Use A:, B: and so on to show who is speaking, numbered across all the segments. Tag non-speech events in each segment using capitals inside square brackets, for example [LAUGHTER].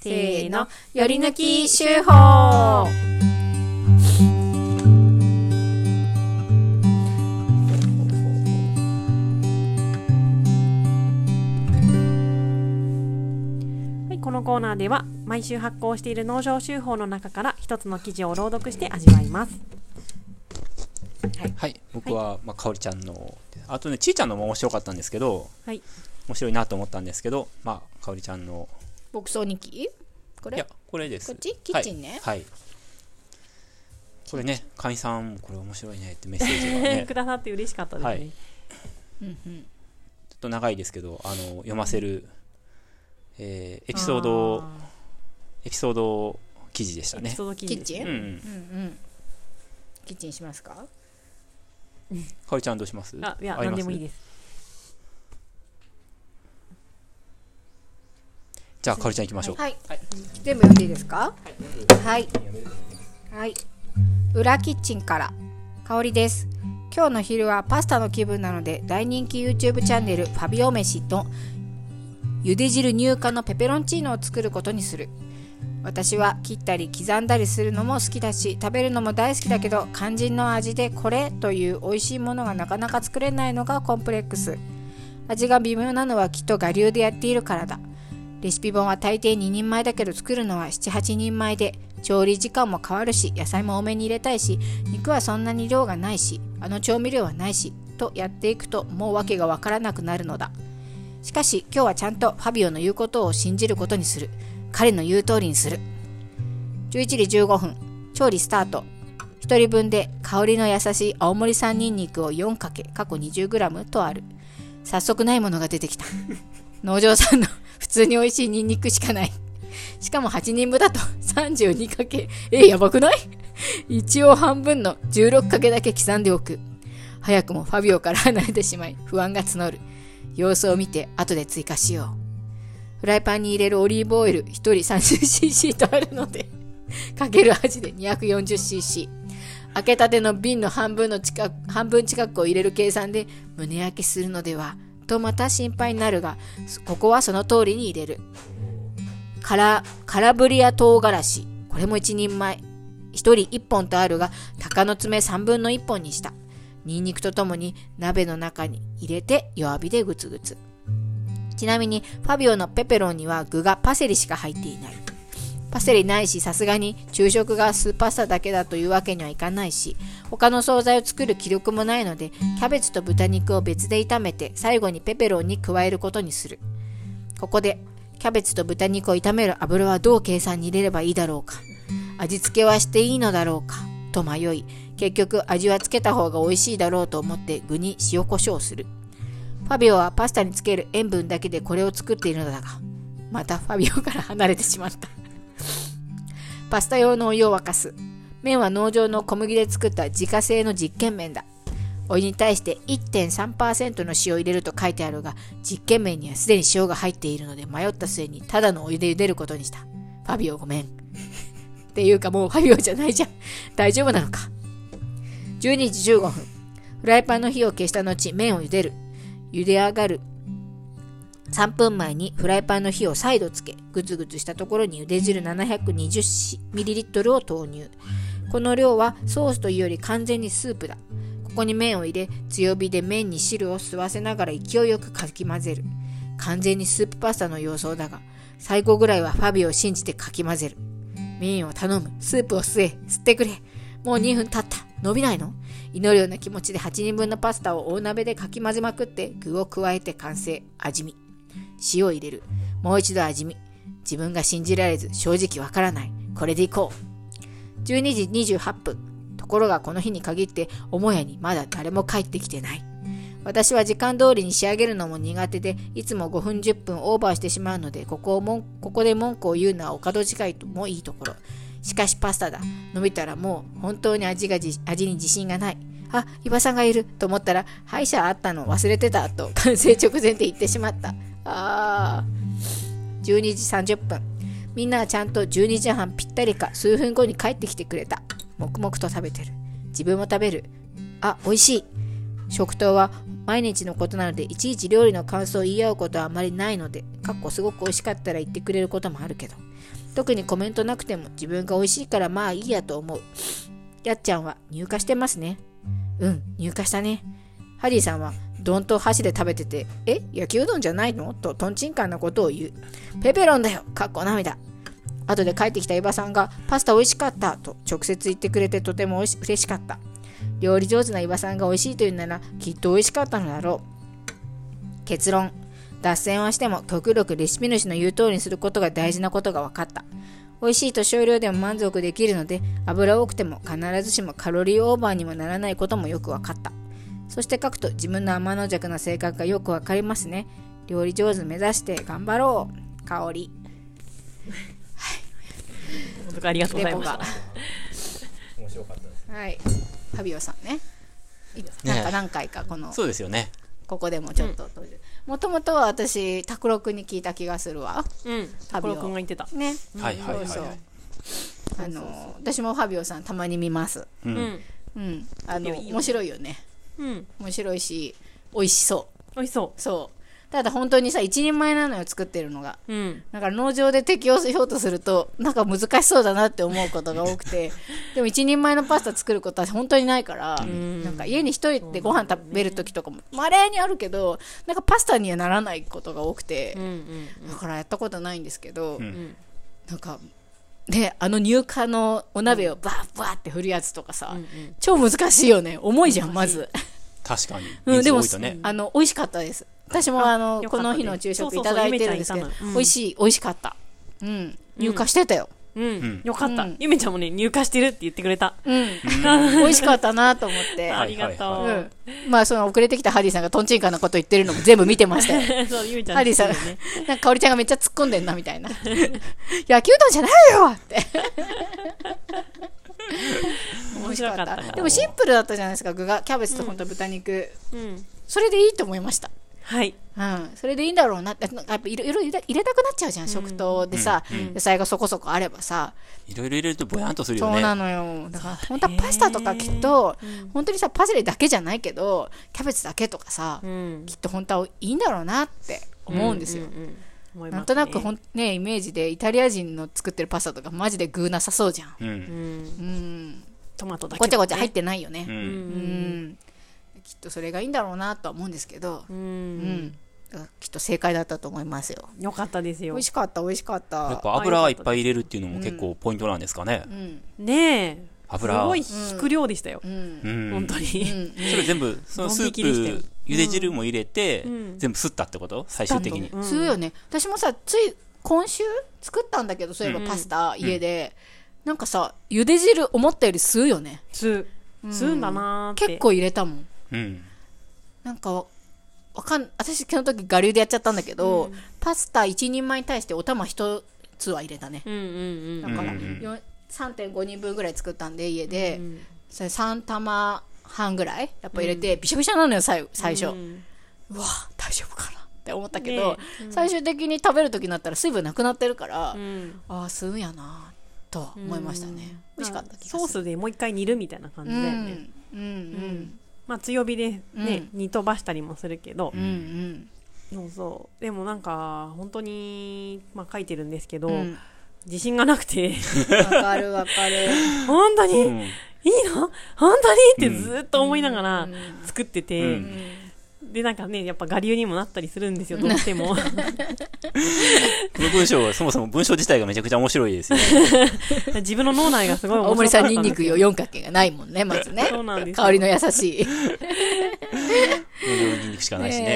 A: せーの、より抜き手法はい、このコーナーでは毎週発行している農場手法の中から一つの記事を朗読して味わいます。
B: はい、僕は、まあ、かおりちゃんの、あとね、ちーちゃんのも面白かったんですけど、
A: はい、
B: 面白いなと思ったんですけど、まあ、かおりちゃんの、
C: 牧草日記こ
B: い
C: れ
B: や、これです。
C: こっちキッチンね
B: はい。はいこれね、かみさん、これ面白いねってメッセージがね、
A: [LAUGHS]
B: ち
A: く
B: ょ
A: ださって嬉しかったですね。
B: はい
C: うんうん
B: っと長いですけど、あの、読ませる、えーエピソード、エピソード記事でし
A: あーエ
B: た
A: ピ
B: ね
A: ソ。ード記事
C: キッ
A: です
C: チ
A: ね
C: ン
B: うんうん
C: うんうんキッチンしますか
B: かおりちゃんどうします
A: あ、いや、
B: あ
A: 何
B: ります
A: でもいいです。
B: じゃあ、かおりちゃん行きましょう。
C: はい、全部読んでいいですかはいはい裏キッチンから香りです今日の昼はパスタの気分なので大人気 YouTube チャンネル「ファビオ飯」とゆで汁乳化のペペロンチーノを作ることにする私は切ったり刻んだりするのも好きだし食べるのも大好きだけど肝心の味でこれという美味しいものがなかなか作れないのがコンプレックス味が微妙なのはきっと我流でやっているからだレシピ本は大抵2人前だけど作るのは78人前で調理時間も変わるし野菜も多めに入れたいし肉はそんなに量がないしあの調味料はないしとやっていくともう訳がわからなくなるのだしかし今日はちゃんとファビオの言うことを信じることにする彼の言う通りにする11時15分調理スタート1人分で香りの優しい青森産ニンニクを4かけ過去 20g とある早速ないものが出てきた農場さんの普通に美味しいニンニクしかないしかも8人分だと32かけえやばくない一応半分の16かけだけ刻んでおく早くもファビオから離れてしまい不安が募る様子を見て後で追加しようフライパンに入れるオリーブオイル1人 30cc とあるのでかける味で 240cc 開けたての瓶の半分の近く半分近くを入れる計算で胸焼けするのではとまた心配になるがここはその通りに入れるからカラブリア唐辛子これも一人前一人一本とあるが鷹の爪三分の一本にしたニンニクとともに鍋の中に入れて弱火でグツグツちなみにファビオのペペロンには具がパセリしか入っていないパセリないしさすがに昼食がスーパスタだけだというわけにはいかないし他の惣菜を作る気力もないのでキャベツと豚肉を別で炒めて最後にペペロンに加えることにするここでキャベツと豚肉を炒める油はどう計算に入れればいいだろうか味付けはしていいのだろうかと迷い結局味はつけた方が美味しいだろうと思って具に塩コショウするファビオはパスタにつける塩分だけでこれを作っているのだがまたファビオから離れてしまったパスタ用のお湯を沸かす麺は農場の小麦で作った自家製の実験麺だお湯に対して1.3%の塩を入れると書いてあるが実験麺にはすでに塩が入っているので迷った末にただのお湯で茹でることにしたファビオごめんっていうかもうファビオじゃないじゃん [LAUGHS] 大丈夫なのか12時15分フライパンの火を消した後麺を茹でる茹で上がる3分前にフライパンの火を再度つけグツグツしたところに茹で汁 720ml を投入この量はソースというより完全にスープだここに麺を入れ強火で麺に汁を吸わせながら勢いよくかき混ぜる完全にスープパスタの様相だが最後ぐらいはファビを信じてかき混ぜる麺を頼むスープを吸え吸ってくれもう2分経った伸びないの祈るような気持ちで8人分のパスタを大鍋でかき混ぜまくって具を加えて完成味見塩を入れるもう一度味見自分が信じられず正直わからないこれでいこう12時28分ところがこの日に限って母屋にまだ誰も帰ってきてない私は時間通りに仕上げるのも苦手でいつも5分10分オーバーしてしまうのでここをもんここで文句を言うのはお門違いともいいところしかしパスタだ伸びたらもう本当に味がじ味に自信がないあ伊庭さんがいると思ったら歯医者あったの忘れてたと完成直前で言ってしまったあー12時30分みんなはちゃんと12時半ぴったりか数分後に帰ってきてくれた黙々と食べてる自分も食べるあ美味しい食堂は毎日のことなのでいちいち料理の感想を言い合うことはあまりないのでかっこすごく美味しかったら言ってくれることもあるけど特にコメントなくても自分が美味しいからまあいいやと思うやっちゃんは入荷してますねうん入荷したねハリーさんはどんと箸で食べてて「え焼きうどんじゃないの?」ととんちんかんなことを言う「ペペロンだよ!」かっこ涙後で帰ってきたエバさんが「パスタ美味しかった」と直接言ってくれてとてもおいし嬉しかった料理上手な伊庭さんが美味しいというならきっと美味しかったのだろう結論脱線はしても極力レシピ主の言う通りにすることが大事なことが分かった美味しいと少量でも満足できるので油多くても必ずしもカロリーオーバーにもならないこともよく分かったそして書くと自分の天の弱な性格がよく分かりますね料理上手目指して頑張ろう香り
A: 本当にありがとうございました
C: 猫。
B: 面白かったです。
C: はいファビオさんねい
B: ね
C: なんか何回かこの
B: そうですよね。
C: ここでもちょっともともとは私拓郎君に聞いた気がするわ
A: うん。タコロ君が言ってた。
C: ね
B: はいはいはい
C: そう
B: はい。
C: そうあの私もファビオさんたまに見ます
B: う。
A: うんん。
C: うんあ
A: い
C: の
A: いよいいよ
C: 面白いよね
A: うん。
C: 面白いし美味しそ
A: 美味しそう
C: そうただ本当にさ一人前なのよ作ってるのが
A: う。うん。
C: だから農場で適応しようとするとなんか難しそうだなって思うことが多く [LAUGHS] てでも一人前のパスタ作ることは本当にないから、
A: ん
C: なんか家に一人でご飯食べる時とかもまれにあるけどなんかパスタにはならないことが多くて、
A: うん
C: だからやったことないんですけど、
B: うん
A: うん
C: なんかねあの入荷のお鍋をバーバーって振るやつとかさ、
A: うん。うん
C: 超難しいよね重いじゃんまず、
B: 確かに。
C: うん、で
B: 人
C: も
B: 数多いとね。
C: あの美味しかったです私も
A: あ
C: あの
A: よか
C: こ
A: ったで
C: の
A: す
C: 日の昼
A: そう
C: 食
A: そうそ
C: いうただいてるんですけ
A: ゆ
C: ど
A: めちゃんいたのうん
C: 美味しい美味しかったうん入荷してたよ、
A: うん
B: ん。
A: よかった、
C: うん
A: ゆめちゃんもね、入荷してるって言ってくれた。
C: うん [LAUGHS] 美味しかったなと思って、
A: ありがとう。
B: は
C: うん、まあその遅れてきたハリーさんがとんちんかんなこと言ってるのも全部見てましたよ
A: そう、ゆめちゃん。
C: ハリーさん
A: そうだね。
C: なんか香織ちゃんがめっちゃ突っ込んでんなみたいな [LAUGHS] 野球うどんじゃないよって
A: 面白かった。
C: でもシンプルだったじゃないですか具がキャベツと本当豚肉、
A: うん。
C: それでいいと思いました
A: はい。
C: うん、それでいいんだろうなってなんかやっぱいろいろ入れ入れたくなっちゃうじゃん、食堂でさ、野菜がそこそこあればさ、
B: いろいろ入れるとぼやんとするよ
C: そ
B: ね。
C: うなのよだから本当はパスタとかきっと、本当にさパセリだけじゃないけどキャベツだけとかさ、
A: うん
C: き。っと本当はいいんだろうなって思うんですよ、
A: ううん思いますね
C: なんとなくほん、ね、イメージでイタリア人の作ってるパスタとかマジで具なさそうじゃん
B: う。
A: うんん。
C: うん
A: トマトだけ。
C: ごちゃごちゃ入ってないよね
B: う。
A: うん
C: うん
A: ん。
C: きっとそれがいいんだろうなとは思うんですけど
A: う
C: うん、
A: ん。
C: だからきっと正解だったと思いますよ
A: よかったです
C: 美
A: よ
C: 味。しかった美味しかった
B: やっぱ油いっぱい入れるっていうのも結構ポイントなんですかね
C: う。ん
A: ねえ。す
B: 油。
A: ごい引く量でしたよ。
C: うん
B: うん。
A: 本当
C: う
A: に。
C: ん
B: それ全部、そのス
A: のんびり切りして
B: ー
A: る
B: プ、茹で汁も入れて
A: うん、
B: 全部すったってこと最終的に。
A: うん
C: するよね私もさつい今週作ったんだけどそういえば
A: うん
C: パスタ、家で、なんかさ茹で汁思ったより吸うよね
A: す、すんだなーって。
C: 結構入れたもん
B: うん。
C: なんかわわかん私その時我流でやっちゃったんだけど、パスタ1人前に対してお玉1つは入れたね
A: うんうん
C: だ
A: うん。
C: から
B: うんうんうん
C: よん3.5人分ぐらい作ったんで家で、
A: ん
C: それ3玉半ぐらいやっぱ入れて、びしゃびしゃなのよ最最
A: う
C: 初、
A: ん
C: うわ大丈夫かなって思ったけど、
A: ね
C: 最終的に食べる時になったら水分なくなってるから、
A: うん
C: ああ吸うんやなとは思いましたね、美味しかった気がする
A: ソースでもう一回煮るみたいな感
C: う
A: じ
C: ん
A: だ
C: う
A: よ
C: ん
A: ね。
C: うんうん
A: まあ強火でね、
C: うん
A: 煮飛ばしたりもするけど
C: う、ん
A: そうそうでもなんか本当に、まあ、書いてるんですけど、
C: うん
A: 自信がなく
C: [LAUGHS]
A: て
C: わかるわかる
A: 本当に、
B: う
A: い
B: ん
A: いの本当にってずっと思いながら作ってて、
B: う
C: うんん
A: でなんかねやっぱ我流にもなったりするんですよどうして
C: [LAUGHS]
A: も
B: この文章はそもそも文章自体がめちゃくちゃ面白いですよね。
A: 自分の脳内がすごい面
C: 大
A: 白
C: 森
A: か
C: さ
A: った
C: ん
A: ん
C: ニン
A: で
C: ニ
A: す
C: ク
A: よ
C: よ4かけがないもんねまずね
A: [LAUGHS] そうなんですよ
C: 香りの優しい
B: 農場に行くしかないしね。
C: ね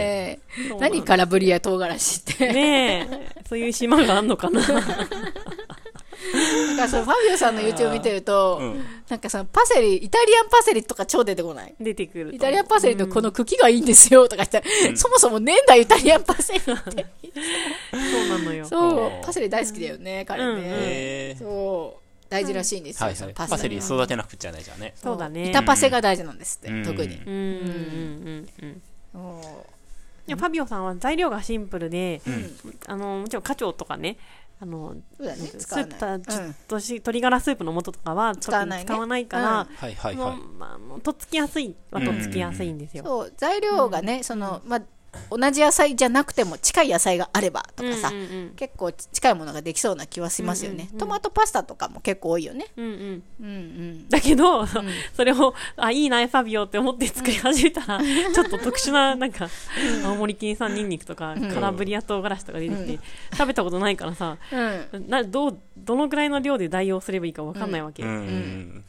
C: え
A: そうなんです
C: 何空振りや唐辛
A: [LAUGHS]
C: 子って
A: ねえそういう島があんのかな
C: なんかそのファビオさんの YouTube 見てると、
B: うん
C: なんかそのパセリイタリアンパセリとか超出てこない
A: 出てくると
C: [LAUGHS] イタリアンパセリのこの茎がいいんですよとか言ったら、そもそもねえんだイタリアンパセリって
A: そうなのよ
C: そう
B: おー
C: パセリ大好きだよね彼
A: うん
C: ね、
B: へー
C: そう大事らしいんですよ、
B: はい
C: その
B: はい。パセリ
C: が
B: 育てなくちゃないじゃんね。
A: そうだね
C: 板パセが大事なんですって、
B: うん
C: 特に
A: うんうんうんうん
C: そ
A: いやファビオさんは材料がシンプルで、
B: ん
A: あのもちろん花鳥とかねあの
C: そうだね
A: ス
C: 使わ
A: ー
C: ない
A: プたちょっ
C: うん
A: とし鶏ガラスープの素とかは特
C: 使わない
A: に
C: ね
A: 使わないから
B: はいはい
A: も
B: は
A: う
B: い
A: まあもうとっつきやすいはとっつきやすいんですよ。
C: そう材料がね、そのまあ同じ野菜じゃなくても近い野菜があればとかさ、
A: うんうん
C: 結構近いものができそうな気はしますよね、
A: うんうんうん
C: トマトパスタとかも結構多いよね
A: うんうん
C: うんうん
A: だけど、それをあいいなファビオって思って作り始めたら、ちょっと特殊ななんか青森県産ニンニクとか、
C: うん
A: カラブリア唐辛子とか出てきて、
C: う
A: 食べたことないからさ
C: うん
A: などうどのぐらいの量で代用すればいいかわかんないわけ、
B: うんうん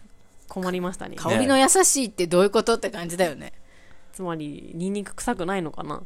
A: 困りましたね
C: 香りの優しいってどういうことって感じだよね
A: つまりニンニク臭くないのかな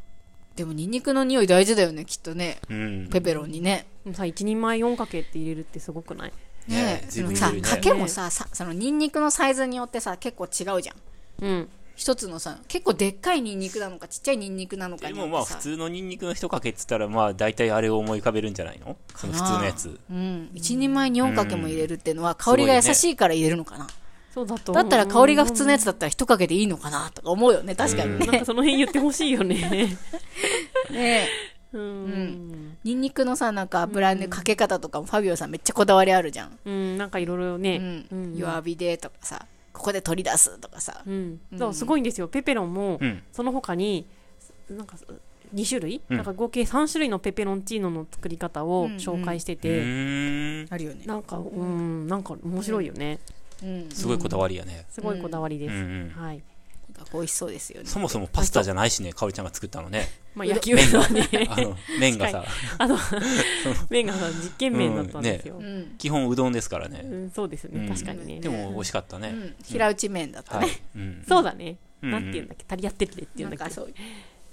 C: でもニンニクの匂い大事だよねきっとね
B: うんうん
C: ペペロンにね
A: でもさ一人前4かけって入れるってすごくない
C: ねえ
B: ね
C: その
B: 随分
C: さ
B: 入れる
C: か
B: ね
C: けもささそのニンニクのサイズによってさ結構違うじゃん
A: うん
C: 一つのさ結構でっかいニンニクなのかちっちゃいニンニクなのか
B: で
C: によ
B: も
C: って
B: まあ普
C: さ
B: 通のニンニクの一かけっつったらまあ大体あれを思い浮かべるんじゃないのその普通のやつ
C: うん、一人前に4かけも入れるっていうのは香りが優しいから入れるのかな、
A: そうだと
C: だ
A: 思う
C: ったら香りが普通のやつだったら1かけでいいのかなとか思うよね確かに
A: なん
C: ね
A: かその辺言ってほしいよね
C: ねえ
A: うん
C: ニンニクのさなんか油のかけ方とかもファビオさんめっちゃこだわりあるじゃん、
A: うんなんかいろいろ
C: う
A: ね
C: ん弱火でとかさここで取り出すとかさ
A: うん、そうすごいんですよペペロンも、
B: うん
A: その他になんか2種類、
B: うん
A: なんか合計3種類のペペロンチーノの作り方を紹介して
B: う
A: て、
B: ーん
C: あるよね
A: なんかうんなんか面白いよね、
C: うん
B: すごいこだわりやね
A: すごいこだわりで
B: うん
A: す、
B: うん
A: はい
C: 美味しそうですよね
B: そもそもパスタじゃないしねかおりちゃんが作ったのね
A: まあ
C: うど
A: 野球部はね
B: あの麺がさ
A: [LAUGHS] あ
B: [LAUGHS]
A: の麺がさ実験麺だったんですよ、う
C: う
A: ん
C: ん、
B: 基本うどんですからね
A: うんそうですね、
B: うん
A: 確かにね
B: でも美味しかった
C: う
B: ね
C: ん、平打ち麺だった
B: は
C: ね、
B: いうん
A: そうだね、
B: うん
A: なんて言うんだっけタリアテッレってい
C: な
A: うん
C: ん
A: だ
C: か
A: っけ
C: そう,、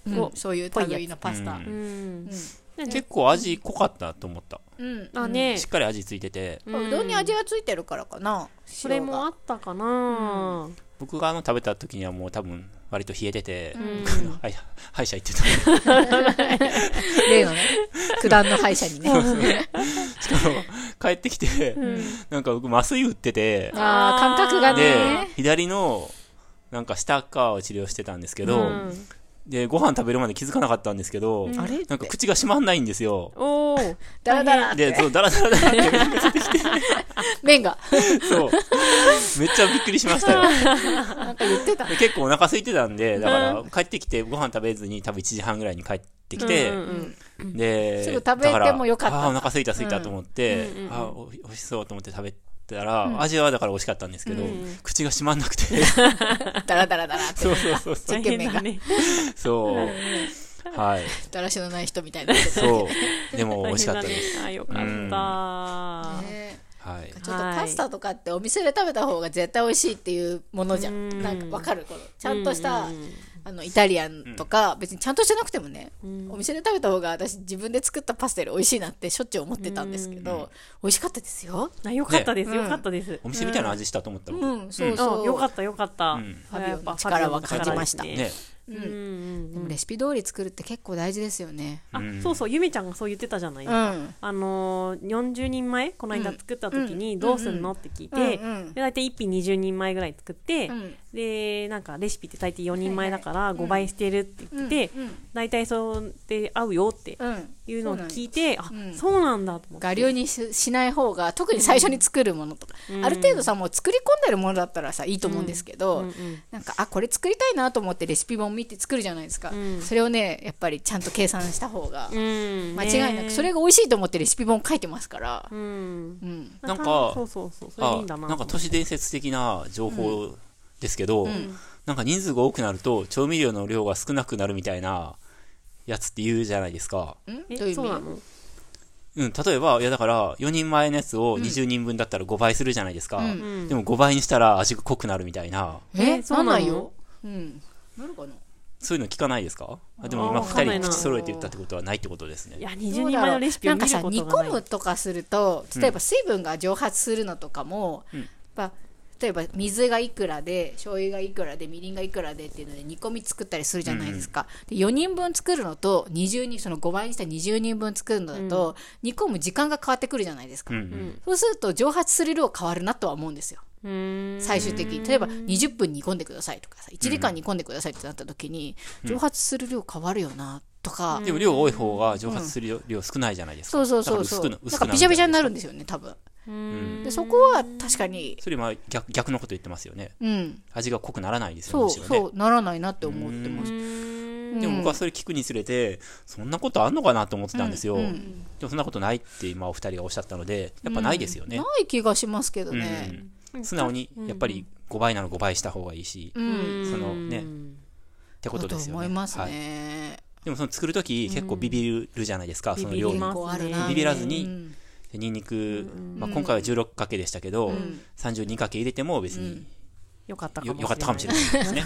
A: ん
C: うん、そういう類のパスタ
B: う
C: うんん、
A: うん
B: 結構味濃かったと思った
C: うん
A: あね
B: しっかり味ついてて
C: やっぱうどんに味がついてるからかな
A: それもあ
C: あ
A: ったかな、
B: 僕があの食べた時にはもう多分割と冷えてて、
A: う
B: はい [LAUGHS] 歯医者行ってた
A: [LAUGHS]
C: [LAUGHS] 例のね九段の歯医者にね
B: しかも帰ってきて、なんか僕麻酔打ってて、
C: ああ感覚が
B: で
C: ね
B: 左のなんか下側を治療してたんですけど、
A: うん
B: でご飯食べるまで気づかなかったんですけど、
C: あれ
B: なんか口が閉まんないんですよ
A: お
C: [LAUGHS]
A: お
C: だらだら
B: でそうダラダラダラって
C: 麺が [LAUGHS]
B: そうめっちゃびっくりしましたよ
C: なんか言ってた
B: で結構お腹空いてたんでだから帰ってきてご飯食べずに多分1時半ぐらいに帰ってきて、です
C: ぐ食べてもよかった
B: だらあーお腹すいたすいたと思って、
A: うんうんうん
B: あーお美味しそうと思って食べたら、味はだから美味しかったんですけど、
A: うんうん
B: 口が閉まんなくて
C: だらだらだらって
B: そうそうそうそう
C: 大
A: 大
C: 変
A: 変
C: だ
A: だ
B: [LAUGHS]
A: ね
B: そうはい
C: だらしのない人みたいな、ね
B: そうでも美味しかったです、
A: すあよかった、
C: え
B: はい、
C: ちょっとパスタとかってお店で食べた方が絶対美味しいっていうものじゃん、
A: うん
C: なんかわかるこのちゃんとした、
A: うん
C: あのイタリアンとか、別にちゃんとしてなくてもね、
A: うん
C: お店で食べた方が私自分で作ったパスタより美味しいなってしょっちゅう思ってたんですけど、
B: うん
C: 美味しかったですよ
A: あよかったです、
C: ね
A: よかったです、
B: お店みたいな味したと思った
C: う
B: 僕、
C: んそう
A: あ
C: そう、
A: よかったよかった、
B: うん
A: それやっぱ
C: ファビオの力は感じました
A: ファビオの力で
B: ね
A: すねうん
C: でもレシピ通り作るって結構大事ですよね
A: あ
B: うん
A: そうそうゆめちゃんがそう言ってたじゃない、
C: うん
A: あのー、40人前この間作った時にどうすんのって聞いて、
C: うんうん
A: で大体1品20人前ぐらい作って、
C: うん
A: でなんかレシピって大体4人前だから5倍してるって言って、
C: うんうん
A: 大体そうで合うよって
C: うん
A: いうのを聞いてあ、
C: うん
A: そうなんだと思って
C: 我流にししない方が特に最初に作るものとか、ある程度さもう作り込んでるものだったらさいいと思うんですけど、
A: うんうん
C: なんかあこれ作りたいなと思ってレシピ本見て作るじゃないですか、
A: ん
C: それをねやっぱりちゃんと計算した方が
A: うん
C: 間違いなく、
A: ね
C: それが美味しいと思ってレシピ本書いてますから、
A: うん
C: うん
B: なんか
A: そうそうそうそれでいい
B: あ
A: んだな
B: なんか都市伝説的な情報ですけど、なんか人数が多くなると調味料の量が少なくなるみたいなやつって言うじゃないですか、
C: ん
A: え
C: どういう意
A: そうな
C: 味
A: の
B: うん、例えばいやだから4人前のやつを20人分だったら5倍するじゃないですか、
A: ん
B: でも5倍にしたら味が濃くなるみたいな
A: え
C: え
A: そ
C: そう
A: なの
C: うなんよ、うん、なるかな
B: そういうの聞かないですかあで
A: あ
B: も
A: ー
B: 今
A: わかんな
B: 2
A: い
B: 人
A: な
B: 口揃えて言ったってことはないってことです
A: い
B: ね
A: や20人前のレシピを見ることがない
C: んかさ煮込むとかすると例えば水分が蒸発するのとかも、
B: ん
C: やっぱ例えば水がいくらで醤油がいくらでみりんがいくらでっていうので煮込み作ったりするじゃないですか、で4人分作るのと20人その5倍にした20人分作るのだと、煮込む時間が変わってくるじゃないですか、
B: うんうん
C: そうすると蒸発する量変わるなとは思うんですよ
A: うーん
C: 最終的に例えば20分煮込んでくださいとかさ1時間煮込んでくださいってなった時に蒸発する量変わるよなっとか、
B: でも量多い方が蒸発する量量少ないじゃないですか。
C: そうそうそうそう
B: だから薄くな
C: なん
B: 薄く
C: か
B: なる
C: びちゃびちゃになるんですよね多分
A: うん
C: でそこは確かに
B: それまあ逆逆のこと言ってますよね。
C: うん
B: 味が濃くならないですよね。
C: そう
B: むしろね
C: そうならないなって思ってます
A: うん
B: でも僕はそれ聞くにつれて、そんなことあんのかなと思ってたんですよ。
C: うんう
B: で
C: ん
B: もそんなことないって今お二人がおっしゃったので、やっぱないですよね。
C: ない気がしますけど
B: うん
C: ね
B: 素直にやっぱり5倍なら5倍した方がいいし、
C: うん
B: そのねってこと
C: だと
B: ですよね。
C: 思います
B: はい、
C: ね
B: でもその作るとき結構ビビるじゃないですか、その
A: ビビ
B: 量
A: り
B: に
A: ま。
C: 結構あるな
B: ビビらずに
C: うん
B: でニンニク、まあ、今回は16かけでしたけど、
C: ん
B: 32かけ入れても別に
A: よかったか
B: よ,、
A: も
B: かったかもしれ
A: い
B: ないですね。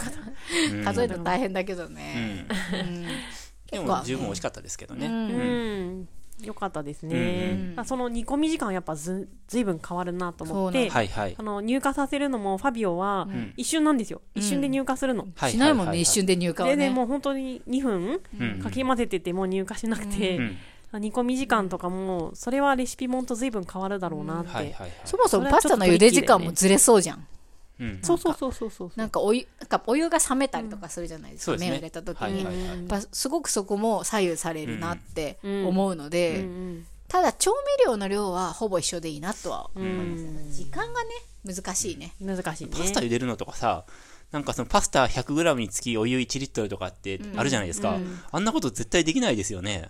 B: うん
C: 数えるの大変だけど
B: う
C: ね
B: ん
C: うん
B: で
C: 結構
B: も十分美味しかったですけどね。
C: うん
A: うんよかったですね、
C: うん
A: あその煮込み時間やっぱずずいぶん変わるなと思っ
C: そうなん
A: て、
C: で
B: はいはい
A: あ。の入荷させるのもファビオは
B: ん
A: 一瞬なんですよ、一瞬で入荷するの、
B: は
C: しないもんね一瞬で入荷
A: で
C: は
A: ね
C: ね
A: もう本当に2分
B: うん
A: かき混ぜててもう入荷しなくて、
B: うん
A: 煮込み時間とかもそれはレシピ本とずいぶん変わるだろうなって、
B: はいはいはい。
C: そもそもパスタの茹で時間もずれそうじゃん
B: うん
A: そうそうそうそうそう
C: なんかお湯なんかお湯が冷めたりとかするじゃないですか、
B: うんそうですね
C: 麺を入れた時に、
B: はいはいはい
C: やっぱすごくそこも左右されるなって思うので、
A: うん
C: ただ調味料の量はほぼ一緒でいいなとは、
A: うん
C: 時間がね難しいね
A: 難しいね
B: パスタ茹でるのとかさ、なんかそのパスタ 100g につきお湯1リットルとかってあるじゃないですか。あんなこと絶対できないですよね。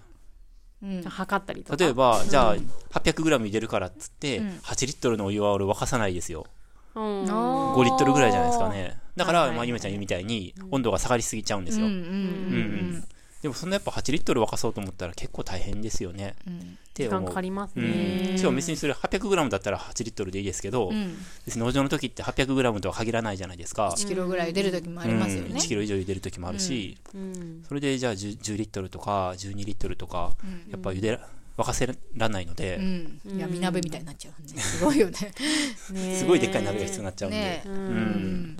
C: うん
A: 測ったりとか
B: 例えば、じゃあ 800g 入れるからっつって、8リットルのお湯は俺沸かさないですよ。
A: うん
B: 5リットルぐらいじゃないですかね。だから、
A: はいはい
B: まあ、ゆめちゃん言うみたいに温度が下がりすぎちゃうんですよ。
C: うんうん
B: うんうんでもそんなやっぱ8リットル沸かそうと思ったら結構大変ですよね。って
A: 時
B: 思う
A: 間かかります
B: う
A: ね
B: ん、しかも別にそれ 800g だったら8リットルでいいですけど、
C: ん
B: 別に農場の時って 800g とは限らないじゃないですか、
C: 1キロぐらい出る時もありますよね、
B: 1キロ以上茹でる時もあるし、
A: うん
B: それでじゃあ 10, 10リットルとか12リットルとか、やっぱ茹でら沸かせらないので、
C: うん闇鍋みたいになっちゃうねすごいよね
A: ね
B: すごいでっかい鍋が必要になっちゃうんで、
C: ね
A: う
B: うんん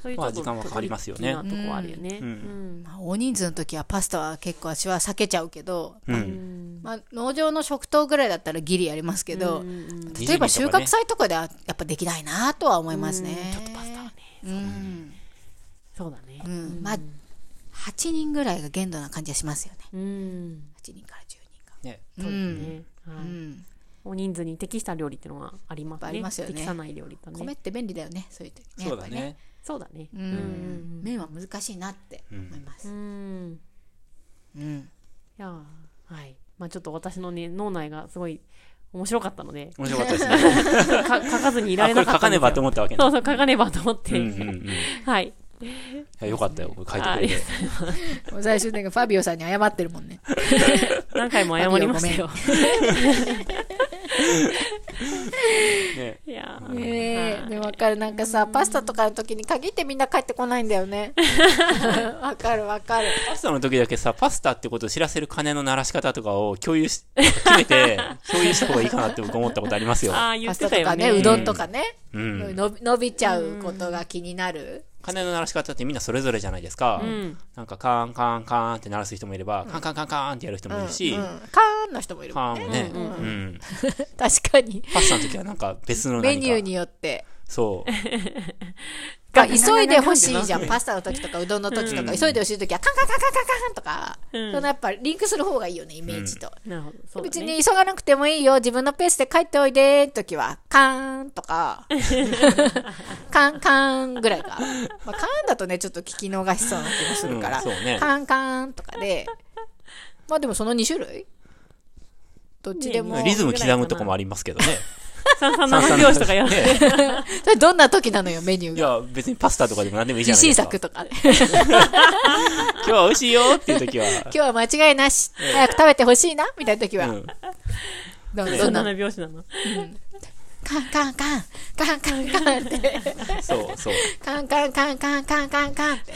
A: そういう
B: まあ
A: ちょっと
B: 時間はかかりますよね
A: トリッキーなとこはあるよね
B: うん
C: まあ大人数の時はパスタは結構私は避けちゃうけど、
B: うん
C: まあ、農場の食堂ぐらいだったらギリやりますけど、例えば収
B: 20人とかね
C: 穫祭とかではやっぱできないなとは思いますね。ちょっとパスタね。うん、
A: そうだね
C: うん、まあ8人ぐらいが限度な感じはしますよね。
A: うん
C: 8人から10人か。
B: ね
C: うん、
A: ねは
C: う
A: い
C: ん、
A: お人数に適した料理っていうのはありますね
C: ありますよね
A: 適さない料理と
C: 米っ
A: ね
C: て便利だよね。そういう時ね。
B: そうだ
C: やっ
B: ね
A: そうだね
C: ぱりね。うん、麺は難しいなって思います
A: う。ん
C: うん、
A: いやーはいまあちょっと私のね脳内がすごい面白かったので
B: 面白かったですね
A: か書かずにいら
B: あ
A: れな
B: これ
A: か
B: 書
A: った
B: か
A: んで
B: ね
A: すよ
B: ばと思ったわけね
A: そうそう書かねばと思って、
B: うんうんうんい
A: はい
B: やよかったよこれ書いてくれて
C: もう最終的にファビオさんに謝ってるもんね。
A: 何回も謝りましたよ。
B: ね
A: いやー
C: [LAUGHS] ねえ、でもわかる。なんかさ、パスタとかの時に限ってみんな帰ってこないんだよ [LAUGHS] ね。わかるわかる。
B: パスタの時だけさパスタってことを知らせる鐘の鳴らし方とかを共有し決めて共有した方がいいかなって僕思ったことあります
A: [LAUGHS]
B: よ、
A: ああ言
C: パ
A: っ
C: ス
A: て
C: タ
A: た
C: と
A: よ
C: か
A: ね。
C: ね、うどんとかね、
B: うん、
C: 伸び伸びちゃうことが気になる。
B: 鐘の鳴らし方ってみんなそれぞれじゃないですか、
A: ん
B: なんかカーンカーンカーンって鳴らす人もいれば、カンカンカンカーンってやる人もいるし、
C: うんカーンの人もいるも
B: カ
C: ん
B: ーン
C: ね。
B: もね、うん
C: 確かに。
B: パスタの時はなんか別の何か
C: メニューによって。
B: そう
C: が急いでほしいじゃん。パスタの時とか、うどんの時とか、
B: うん
C: 急いでほしい時は、カンカンカンカンカンカンとか、
A: うん
C: そのやっぱリンクする方がいいよね、イメージと。
A: なるほど。そうだね
C: 別に急がなくてもいいよ、自分のペースで帰っておいでー時は、カーンと
B: [LAUGHS]
C: か、カンカンぐらいか。まあ、カーンだとね、ちょっと聞き逃しそうな気もするから、
B: うんそうね
C: カンカンとかで、まあでもその2種類どっちでも、
A: ね
B: リズム刻むとこもありますけどね
A: 三三七
B: [LAUGHS]
A: 拍子とかやる。
B: ね
C: それどんな時なのよ、メニュ
B: い
C: ーが。
B: や別にパスタとかでも何でもいいじゃ
C: 自
B: ないで
C: 信
B: すか
C: 作とかね。
B: 今日は美味しいよっていう時は、
C: [LAUGHS] 今日は間違いなし。早く食べてほしいな、みたいな時は。
B: うん、
C: どんど
A: 三
C: んなの。
A: 七拍子なの。
C: カンカンカン、カンカンカンって、
B: そうそう
C: カンカンカンカンカンカンカンって。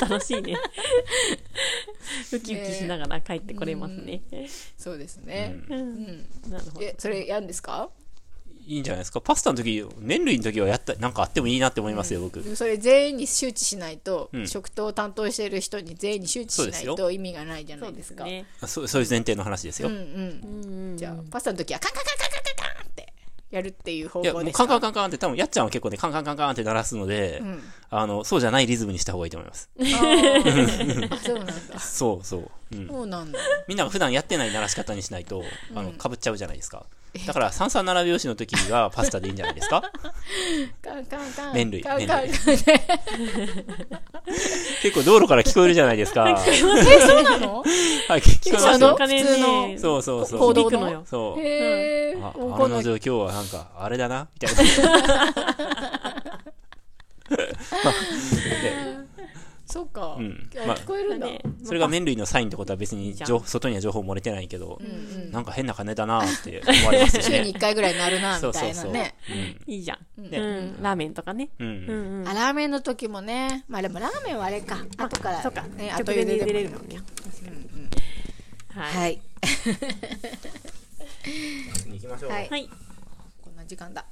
A: 楽しいね。ウキウキしながら帰ってこれますね。
C: そうですね。
A: なるほど。
C: え、それやんですか
B: いいんじゃないですかパスタの時麺類の時はやったなんかあってもいいなって思いますよ、僕
C: でもそれ全員に周知しないと、
B: うん
C: 食堂を担当している人に全員に周知
B: そう
C: し
B: で
C: な
B: す
C: い
B: よ
C: と意味がないじゃな
A: そう
C: い
A: で
C: ですすか。
A: ね。
B: そうそういう前提の話ですよ、
C: うんうん。
A: うんうん。
C: じゃあ、パスタの時はカンカンカンカンカンカンってやるっていう方
B: いや、も
C: 向
B: う
C: です
B: カ
C: か
B: ンカンカンカンって多分、やっちゃんは結構ね、カンカンカンカンって鳴らすので、
C: うん
B: あの、そうじゃないリズムにした方がいいと思います。 [LAUGHS]
C: あーそうなんだ
B: そうそう。うん。
C: そうなんだ
B: みんなが普段やってない鳴らし方にしないと、あの、被っちゃうじゃないですか。だから、三三並び拍子の時がパスタでいいんじゃないですか [LAUGHS]
C: カンカンカン
B: 麺類
C: カンカンカン
B: 麺結構道路から聞こえるじゃないで
C: [LAUGHS]
B: すか。は
C: えそうなの
B: い、聞こえま
C: あ
B: す
C: の
B: よ。
A: かね
C: 普通
A: ね
C: の
B: そうそうそう。
C: 行動
A: 響くのよ。
B: そう。
C: へえ
B: あ、
C: もう
B: あれ
C: こ
B: の
C: の
B: 状況はなんか、あれだな、みたいな。
C: [LAUGHS]
B: [LAUGHS]
C: そうか [LAUGHS]
B: うん
C: あ
B: まあ
C: 聞こえるんだ
A: ね
B: それが麺類のサインってことは別に情外には情報漏れてないけど、なんか変な金だなって思われま
C: [LAUGHS]
B: すし
C: 週に
B: ね。
C: 1回ぐらいなるな
B: そ
C: み
B: う
C: た
B: そ
C: いうな
B: そう。
C: ね
A: いいじゃん。うん、
B: ね
A: ラーメンとかね。
B: うん。う。
A: うんんうん。
C: あラーメンの時もねまあでもラーメンはあれか後から
A: そうか。
C: ね
A: 直
C: 後
A: 前
C: 茹
A: に
C: で
A: 入れれ
C: で
A: る
C: も
A: のね。
C: は
A: はい。
C: い
B: 行きましょ
C: はい
A: はい。
C: こんな時間だ